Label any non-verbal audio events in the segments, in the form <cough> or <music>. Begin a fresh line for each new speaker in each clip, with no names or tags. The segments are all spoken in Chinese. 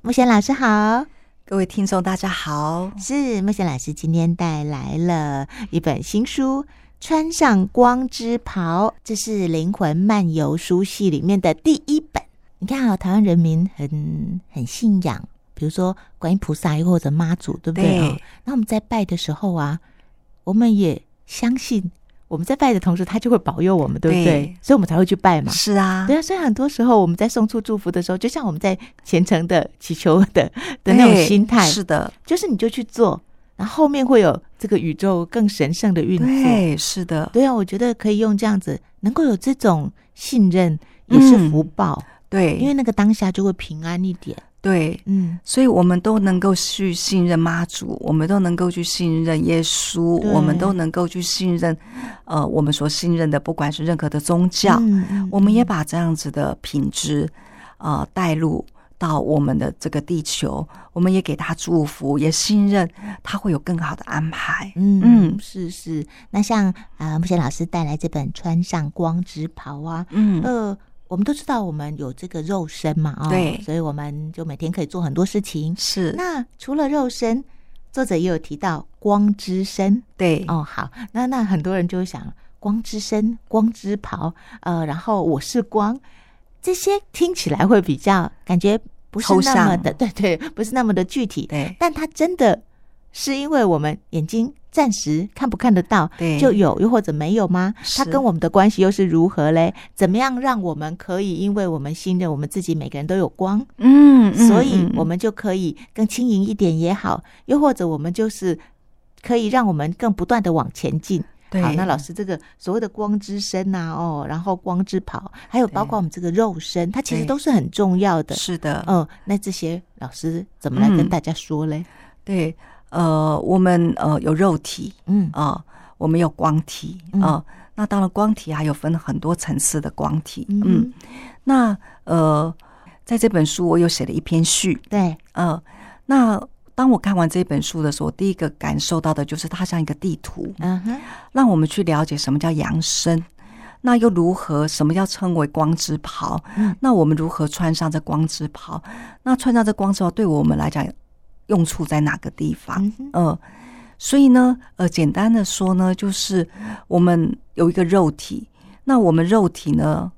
木贤老师好，
各位听众大家好，
是木贤老师今天带来了一本新书《穿上光之袍》，这是《灵魂漫游》书系里面的第一本。你看啊、台湾人民很很信仰，比如说观音菩萨又或者妈祖，对不对？
对
哦那我们在拜的时候啊，我们也相信我们在拜的同时，他就会保佑我们，对不对？
对
所以我们才会去拜嘛。
是啊，
对啊，所以很多时候我们在送出祝福的时候，就像我们在虔诚的祈求的的那种
对
心态，
是的，
就是你就去做，然后后面会有这个宇宙更神圣的运作。
对，是的，
对啊，我觉得可以用这样子，能够有这种信任也是福报，因
对，
为那个当下就会平安一点。
对，
嗯，
所以我们都能够去信任妈祖，我们都能够去信任耶稣，
对
我们都能够去信任，呃，我们所信任的，不管是任何的宗教，
嗯嗯
我们也
嗯
把这样子的品质，呃，带入到我们的这个地球，我们也给他祝福，也信任他会有更好的安排。
嗯
嗯
是是。那像啊，木、贤老师带来这本《穿上光之袍》啊，
嗯，
呃，我们都知道我们有这个肉身嘛，哦，
对
所以我们就每天可以做很多事情。
是
那除了肉身，作者也有提到光之身
对，
哦。好，那那很多人就会想，光之身、光之袍，呃，然后我是光，这些听起来会比较感觉不是
抽
那么
象
的，对对，不是那么的具体。
对
但它真的是因为我们眼睛暂时看不看得到，
对，
就有，又或者没有吗？它
是
跟我们的关系又是如何嘞？怎么样让我们可以因为我们信任我们自己，每个人都有光，
嗯，嗯
所以
嗯
我们就可以更轻盈一点也好，又或者我们就是可以让我们更不断的往前进。
对
好，那老师这个所谓的光之身呐、哦，然后光之袍，还有包
对
括我们这个肉身，它其实
对
都是很重要的。
是的，
嗯，那这些老师怎么来跟
嗯
大家说嘞？
对，呃，我们呃有肉体
嗯
啊、呃我们有光体啊、呃那当然光体还有分很多层次的光体，
嗯
嗯，那呃，在这本书我又写了一篇序，
对，
呃，那当我看完这本书的时候，我第一个感受到的就是它像一个地图，
嗯哼，
让我们去了解什么叫扬声。那又如何？什么叫称为光之袍？
嗯
那我们如何穿上这光之袍？那穿上这光之袍对我们来讲用处在哪个地方？
嗯哼，
呃，所以呢，呃，简单的说呢，就是我们有一个肉体，那我们肉体呢，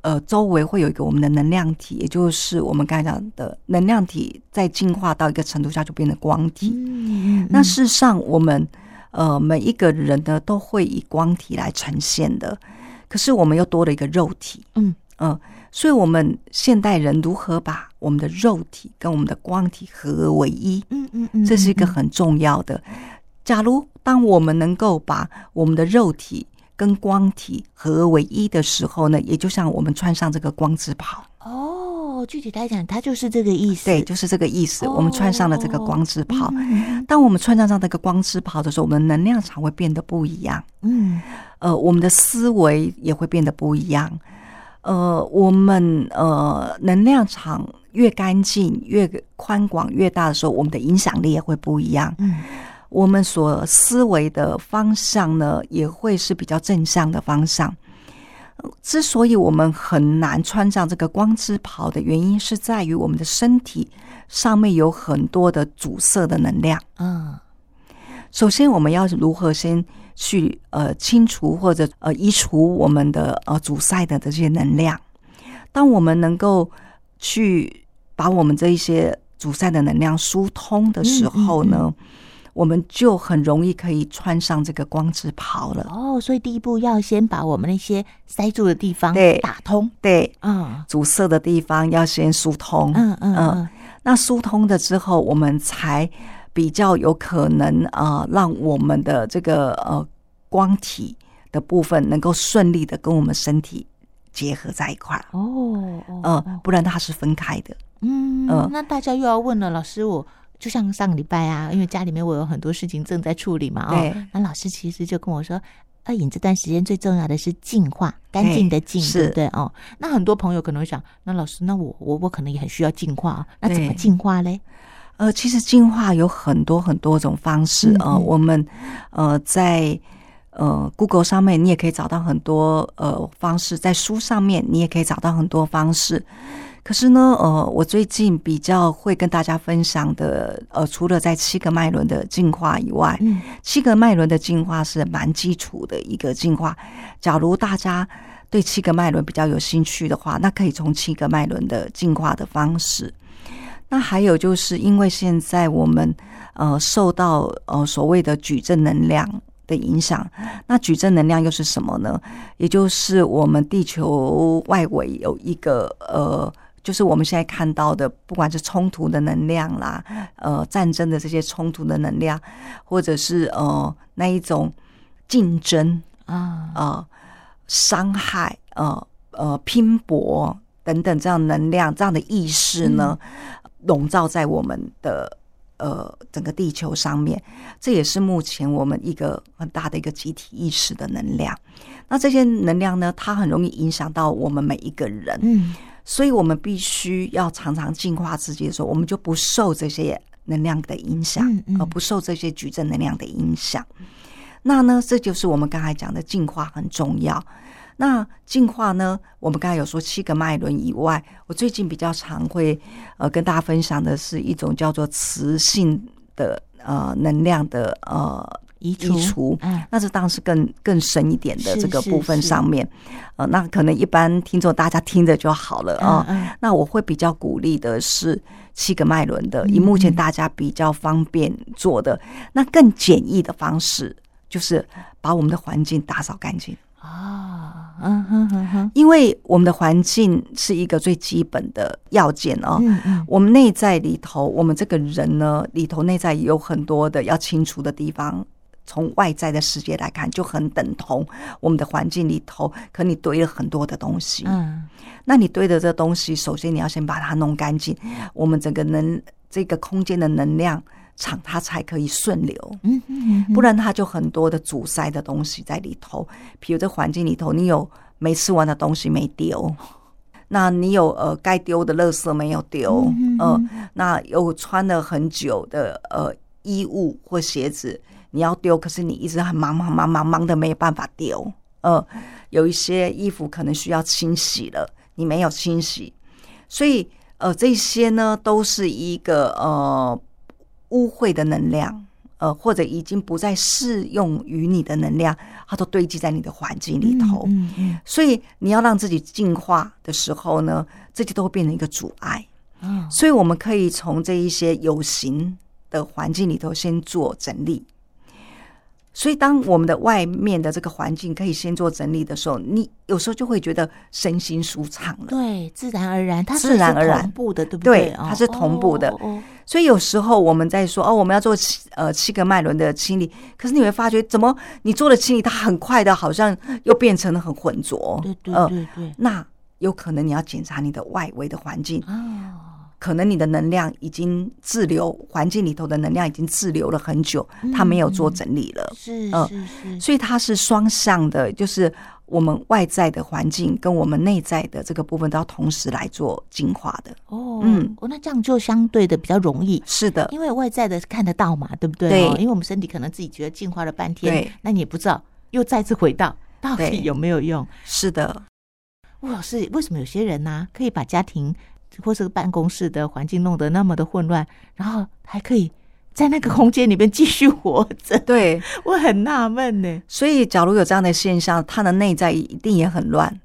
呃，周围会有一个我们的能量体，也就是我们刚才讲的能量体，在进化到一个程度下就变成光体。
嗯
那事实上，我们呃每一个人呢，都会以光体来呈现的，可是我们又多了一个肉体，
嗯
呃，所以我们现代人如何把我们的肉体跟我们的光体合而为一？
嗯嗯嗯，
这是一个
嗯
很重要的。假如当我们能够把我们的肉体跟光体合为一的时候呢，也就像我们穿上这个光之袍，
哦，具体来讲，它就是哦这个意思。
对，就是这个意思。我们穿上了这个光之袍，
嗯，
当我们穿上这个光之袍的时候，我们能量场会变得不一样，
嗯
呃，我们的思维也会变得不一样。呃，我们呃能量场越干净、越宽广、越大的时候，我们的影响力也会不一样。
嗯
我们所思维的方向呢，也会是比较正向的方向。呃之所以我们很难穿上这个光之袍的原因，是在于我们的身体上面有很多的阻塞的能量。
嗯
首先，我们要如何先去呃清除或者呃移除我们的呃阻塞的这些能量？当我们能够去把我们这一些阻塞的能量疏通的时候呢，
嗯
我们就很容易可以穿上这个光之袍了。
哦，所以第一步要先把我们那些塞住的地方
对
打通。
对，
啊，
阻塞的地方要先疏通。
嗯嗯嗯
嗯，那疏通了之后，我们才比较有可能啊、呃，让我们的这个呃光体的部分能够顺利的跟我们身体结合在一块儿。
哦哦
呃，不然它是分开的。
嗯
呃
那大家又要问了，老师我。就像上个礼拜啊，因为家里面我有很多事情正在处理嘛，哦
对，
那老师其实就跟我说，二颖这段时间最重要的是净化，干净的净，对
是
不对？哦，那很多朋友可能会想，那老师，那我我我可能也很需要净化啊，那怎么
对
净化嘞？
呃，其实进化有很多很多种方式
嗯
啊、呃
嗯
我们呃在呃 Google 上面，你也可以找到很多呃方式，在书上面你也可以找到很多方式。可是呢，呃，我最近比较会跟大家分享的，呃，除了在七个脉轮的进化以外， <laughs>
嗯
七个脉轮的进化是蛮基础的一个进化。假如大家对七个脉轮比较有兴趣的话，那可以从七个脉轮的进化的方式。那还有就是因为现在我们呃受到呃所谓的矩阵能量的影响，那矩阵能量又是什么呢？也就是我们地球外围有一个呃。就是我们现在看到的，不管是冲突的能量啦，呃，战争的这些冲突的能量，或者是呃那一种竞争
啊，
呃伤害呃呃拼搏等等这样能量这样的意识呢，笼罩在我们的呃整个地球上面，这也是目前我们一个很大的一个集体意识的能量。那这些能量呢，它很容易影响到我们每一个人。
嗯
所以我们必须要常常净化自己的时候，我们就不受这些能量的影响，
嗯嗯
而不受这些矩阵能量的影响。那呢，这就是我们刚才讲的净化很重要。那净化呢，我们刚才有说七个脉轮以外，我最近比较常会呃跟大家分享的是一种叫做磁性的呃能量的呃
移
移
除
除
啊，
那这当然是更更深一点的
是
这个
是
部分
是
上面，呃，那可能一般听众大家听着就好了啊、
嗯
那我会比较鼓励的是七个脉轮的，以
嗯
目前大家比较方便做的，那更简易的方式就是把我们的环境打扫干净，
啊，嗯哼哼哼，
因为我们的环境是一个最基本的要件哦。
嗯嗯
我们内在里头，我们这个人呢，里头内在有很多的要清除的地方。从外在的世界来看，就很等同我们的环境里头，可你堆了很多的东西。
嗯
那你堆的这东西，首先你要先把它弄干净，我们整个能这个空间的能量场，它才可以顺流。
嗯嗯嗯，
不然它就很多的阻塞的东西在里头。比如这环境里头，你有没吃完的东西没丢，那你有呃该丢的垃圾没有丢
嗯，哼
呃，那有穿了很久的呃衣物或鞋子你要丢，可是你一直很忙忙忙忙忙的没办法丢，呃，有一些衣服可能需要清洗了，你没有清洗，所以呃，这些呢都是一个呃污秽的能量，呃，或者已经不再适用于你的能量，它都堆积在你的环境里头。
嗯嗯
所以你要让自己进化的时候呢，这些都会变成一个阻碍。
嗯哦
所以我们可以从这一些有形的环境里头先做整理。所以，当我们的外面的这个环境可以先做整理的时候，你有时候就会觉得身心舒畅了。
对，自然而然，它
自
所以是
然而然
同步的，对不
对
哦
它是同步的
哦哦
所以有时候我们在说哦，我们要做七呃七个脉轮的清理，可是你会发觉，怎么你做了清理，它很快的，好像又变成了很浑浊。
哦对对
呃，
对对，
那有可能你要检查你的外围的环境，
啊，
可能你的能量已经滞留，环境里头的能量已经滞留了很久，它没有做整理了，
是
呃
是是，
所以它是双向的，就是我们外在的环境跟我们内在的这个部分都要同时来做净化的。
哦，
嗯
哦，那这样就相对的比较容易，
是的，
因为外在的看得到嘛，对不对？
对
哦因为我们身体可能自己觉得进化了半天
对，
那你也不知道又再次回到到底
对
有没有用。
是的，
吴老师，为什么有些人呢、可以把家庭或是办公室的环境弄得那么的混乱，然后还可以在那个空间里面继续活着？
对。
我很纳闷呢。
所以，假如有这样的现象，它的内在一定也很乱。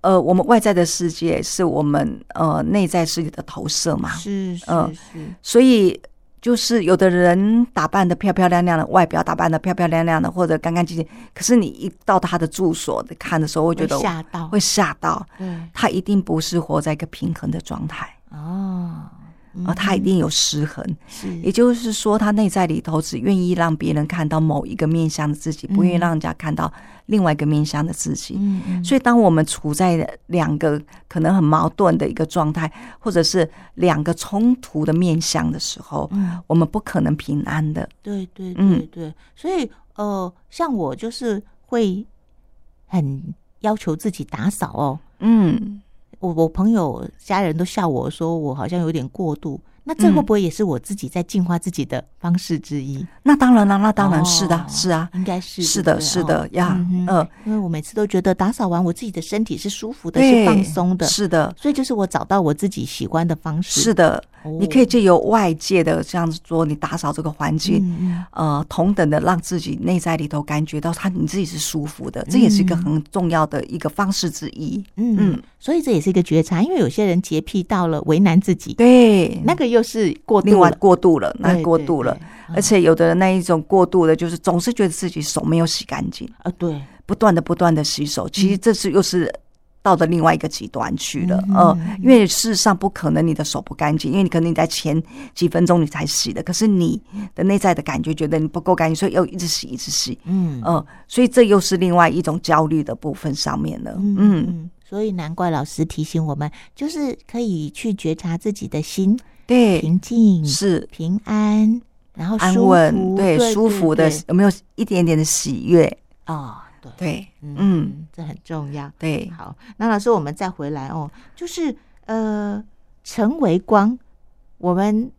呃，我们外在的世界是我们呃内在世界的投射嘛，
是是
嗯
是，
所以就是有的人打扮的漂漂亮亮的，外表打扮的漂漂亮亮的，或者干干净净，可是你一到他的住所看的时候，会
我
觉得
吓到，
会吓到，
对
他一定不是活在一个平衡的状态，
哦，嗯
啊，他一定有失衡。也
是
就是说，他内在里头只愿意让别人看到某一个面向的自己，不愿意让人家看到另外一个面向的自己。
嗯嗯
所以，当我们处在两个可能很矛盾的一个状态，或者是两个冲突的面向的时候，
嗯
我们不可能平安的。
对对对
嗯
对，所以呃，像我就是会很要求自己打扫哦。
嗯，
我我朋友家人都笑我说我好像有点过度，那这
嗯
会不会也是我自己在净化自己的方式之一？
那当然了，那当然是的，
哦
是啊，
应该是
是
对不
的，
对
是
哦
的呀
嗯，哼
嗯，
因为我每次都觉得打扫完，我自己的身体是舒服的，
对，
是放松的，
是的，
所以就是我找到我自己喜欢的方式。
是的，
哦，
你可以借由外界的这样子做，你打扫这个环境，
嗯嗯
呃，同等的让自己内在里头感觉到他你自己是舒服的，这也是一个
嗯
很重要的一个方式之一。
嗯嗯
嗯，
所以这也是一个觉察，因为有些人洁癖到了为难自己，
对，
那个又是哦过度
另外
了
过度了，那
对
过
对
度了
对，嗯
而且有的人那一种过度的，就是总是觉得自己手没有洗干净，
啊，对，
不断的不断的洗手，其实这是又是到了另外一个极端去了，
嗯
呃，因为事实上不可能你的手不干净，因为你可能你在前几分钟你才洗的，可是你的内在的感觉觉得你不够干净，所以又一直洗一直洗，
嗯
呃，所以这又是另外一种焦虑的部分上面了，
嗯
嗯，
嗯，所以难怪老师提醒我们，就是可以去觉察自己的心
对，
平静、
是
平安，然后
安
哦舒
稳，
服
对，舒服的
对
有没有一点点的喜悦？
哦，对，
对，嗯
嗯，这很重要。
对，
好，那老师，我们再回来哦，就是呃，成为光，我们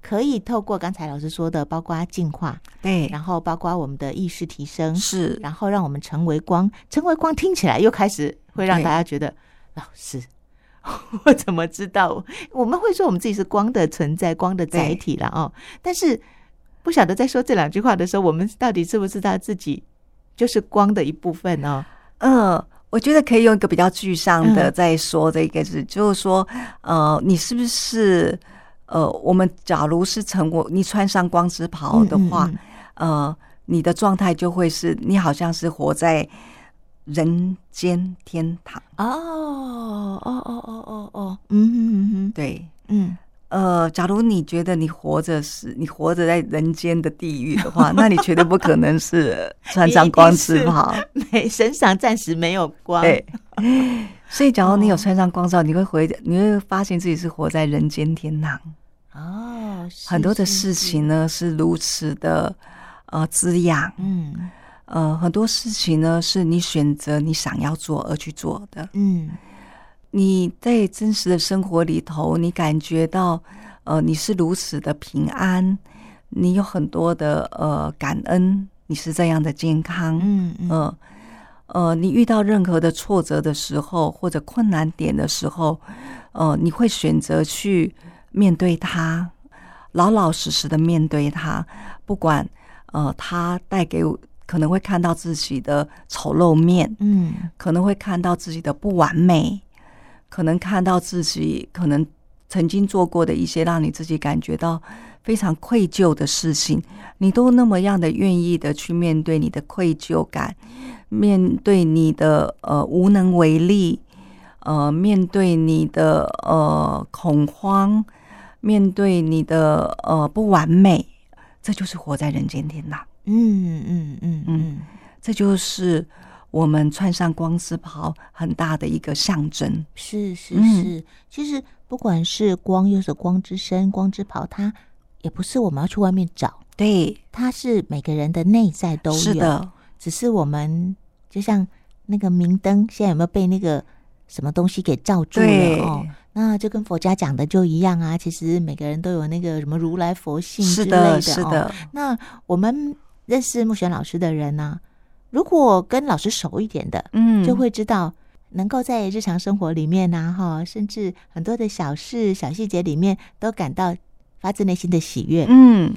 可以透过刚才老师说的，包括净化，
对，
然后包括我们的意识提升，
是，
然后让我们成为光。成为光听起来又开始会让
对
大家觉得，老师， <laughs> 我怎么知道？我们会说我们自己是光的存在，光的载
对
体了哦。但是不晓得在说这两句话的时候，我们到底知不知道自己就是光的一部分哦呢、
嗯，我觉得可以用一个比较具象的
嗯
在说这个字，就是说，呃，你是不是呃，我们假如是成我你穿上光之袍哦的话，
嗯嗯
呃，你的状态就会是你好像是活在人间天堂，
哦哦哦哦哦哦，嗯哼嗯
对。
哼嗯，
呃，假如你觉得你活着是你活着在人间的地狱的话，那你绝对不可能是穿
一
上
定
光
是
之袍。
<laughs> 没身上暂时没有光，
对，啊所以假如你
哦
有穿上光照，你会回，你会发现自己是活在人间天堂。
哦，是
很多的
是是
事情呢是如此的呃滋养，
嗯
呃，很多事情呢是你选择你想要做而去做的。
嗯
你在真实的生活里头，你感觉到呃你是如此的平安，你有很多的呃感恩，你是这样的健康，
嗯嗯
呃呃，你遇到任何的挫折的时候，或者困难点的时候，呃，你会选择去面对它，老老实实的面对它，不管呃，它带给我可能会看到自己的丑陋面，
嗯
可能会看到自己的不完美，可能看到自己可能曾经做过的一些让你自己感觉到非常愧疚的事情，你都那么样的愿意的去面对你的愧疚感，面对你的呃无能为力，呃，面对你的呃恐慌，面对你的呃不完美，这就是活在人间天堂。
嗯嗯嗯嗯
这就是我们穿上光之袍很大的一个象征。
是是
嗯
是，其实不管是光，又是光之声、光之跑，它也不是我们要去外面找，
对，
它是每个人的内在都有，
是的，
只是我们就像那个明灯，现在有没有被那个什么东西给罩住
对
了，哦？那就跟佛家讲的就一样啊，其实每个人都有那个什么如来佛性之
是
类的，
的，是
哦
的，
那我们认识木玄老师的人呢、如果跟老师熟一点的，
嗯，
就会知道能够在日常生活里面呐，哈，甚至很多的小事、小细节里面都感到发自内心的喜悦。
嗯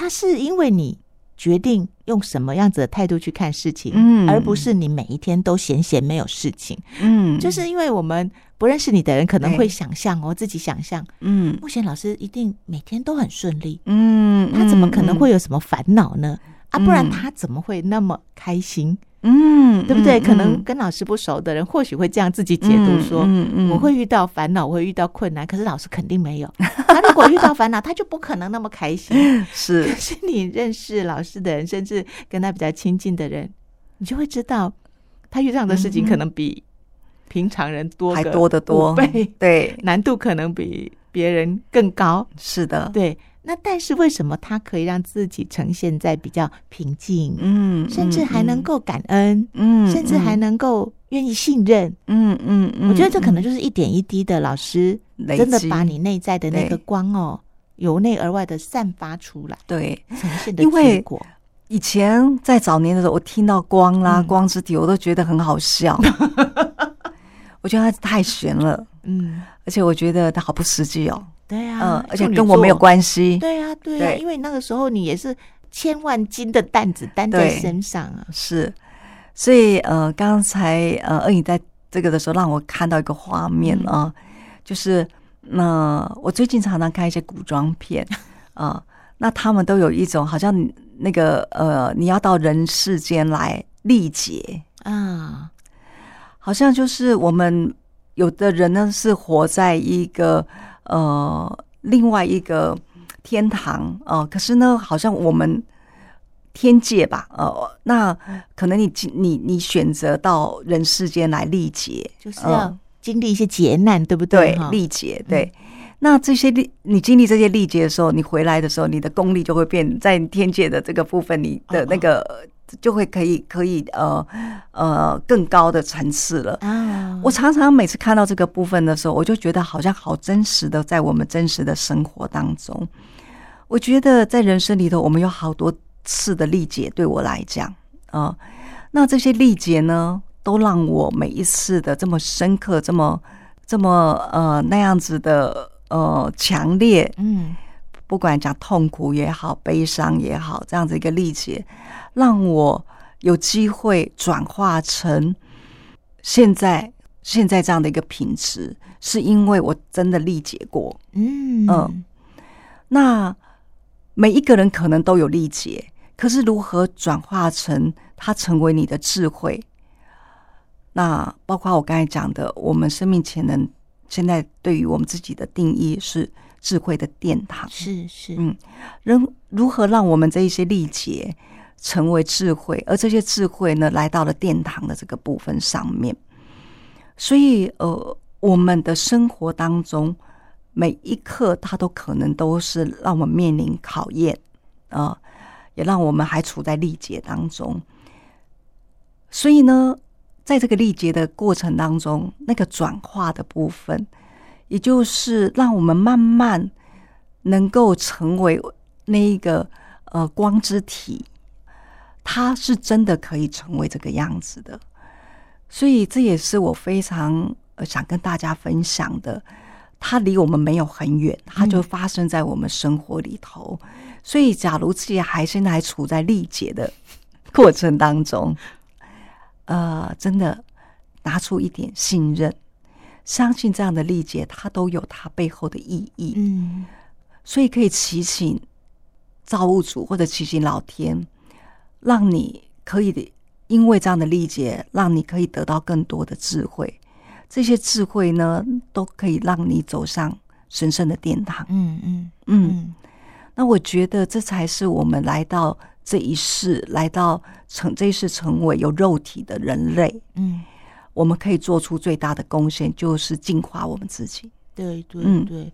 它是因为你决定用什么样子的态度去看事情，
嗯
而不是你每一天都闲闲没有事情。
嗯，
就是因为我们不认识你的人，可能
对
会想象哦，自己想象
嗯
木玄老师一定每天都很顺利，
嗯，
他怎么可能
嗯
会？有什么烦恼呢？啊，
嗯
不然他怎么会那么开心，
嗯，
对不对？
嗯
可能
嗯
跟老师不熟的人，或许会这样自己解读说。
嗯嗯，
我会遇到烦恼，我会遇到困难，可是老师肯定没有。他如果遇到烦恼，他就不可能那么开心。 <laughs> 可
是
是你认识老师的人，甚至跟他比较亲近的人，你就会知道，他遇到的事情
嗯哼
可能比平常人多
还
个
多得多
五倍，
对，
难度可能比别人更高。
是的，
对，那但是为什么他可以让自己呈现在比较平静，
嗯，
甚至还能
嗯，
够感恩，
嗯，
甚至还能够愿意信任？
嗯，嗯嗯嗯，
我觉得这可能
嗯
就是一点一滴的老师
累
真的
积
把你内在的那个
对
光哦，由内而外的散发出来
对，
呈现的
因为
结果。
以前在早年的时候，我听到光啦、
嗯
光之体，我都觉得很好笑。 <laughs> 我觉得它太悬了，
嗯，
而且我觉得它好不实际哦。
对
嗯、
啊，
而且
处女
跟我
座
没有。关系。
对啊，对啊，
对
因为那个时候你也是千万斤的担子担在
对
身上啊。
是，所以呃，刚才呃，二颖在这个的时候，让我看到一个画面
嗯
啊、就是那、呃我最近常常看一些古装片 <laughs> 啊、那他们都有一种好像你那个呃，你要到人世间来历劫，
啊，
好像就是我们有的人呢是活在一个呃另外一个天堂哦、呃可是呢，好像我们天界吧，呃，那可能你你你选择到人世间来历劫，
就是
呃
要经历一些劫难，对不啊
对
嗯哈
历劫，对。那这些历，你经历这些历劫的时候，你回来的时候，你的功力就会变，在天界的这个部分，你的那个就会可以可以呃呃更高的层次了。
啊，
我常常每次看到这个部分的时候，我就觉得好像好真实的，在我们真实的生活当中，我觉得在人生里头，我们有好多次的历劫，对我来讲啊、呃那这些历劫呢，都让我每一次的这么深刻，这么这么呃那样子的呃强烈，
嗯
不管讲痛苦也好，悲伤也好，这样子一个历劫，让我有机会转化成现在现在这样的一个品质，是因为我真的历劫过。
嗯
嗯那每一个人可能都有历劫，可是如何转化成它成为你的智慧？那包括我刚才讲的，我们生命潜能现在对于我们自己的定义是智慧的殿堂。
是是
嗯人如何让我们这一些历劫成为智慧，而这些智慧呢，来到了殿堂的这个部分上面。所以，呃，我们的生活当中，每一刻它都可能都是让我们面临考验，啊、也让我们还处在历劫当中。所以呢，在这个历劫的过程当中，那个转化的部分，也就是让我们慢慢能够成为那一个呃光之体，它是真的可以成为这个样子的。所以这也是我非常呃想跟大家分享的。它离我们没有很远，它就发生在我们生活里头。所以，假如自己还现在还处在历劫的过程当中，呃，真的拿出一点信任，相信这样的历劫，它都有它背后的意义。
嗯
所以可以祈请造物主或者祈请老天，让你可以因为这样的历劫，让你可以得到更多的智慧。这些智慧呢，都可以让你走上神圣的殿堂。
嗯嗯
嗯，
嗯
那我觉得这才是我们来到这一世，来到成这一世成为有肉体的人类，
嗯，
我们可以做出最大的贡献，就是净化我们自己。
对对
嗯
对，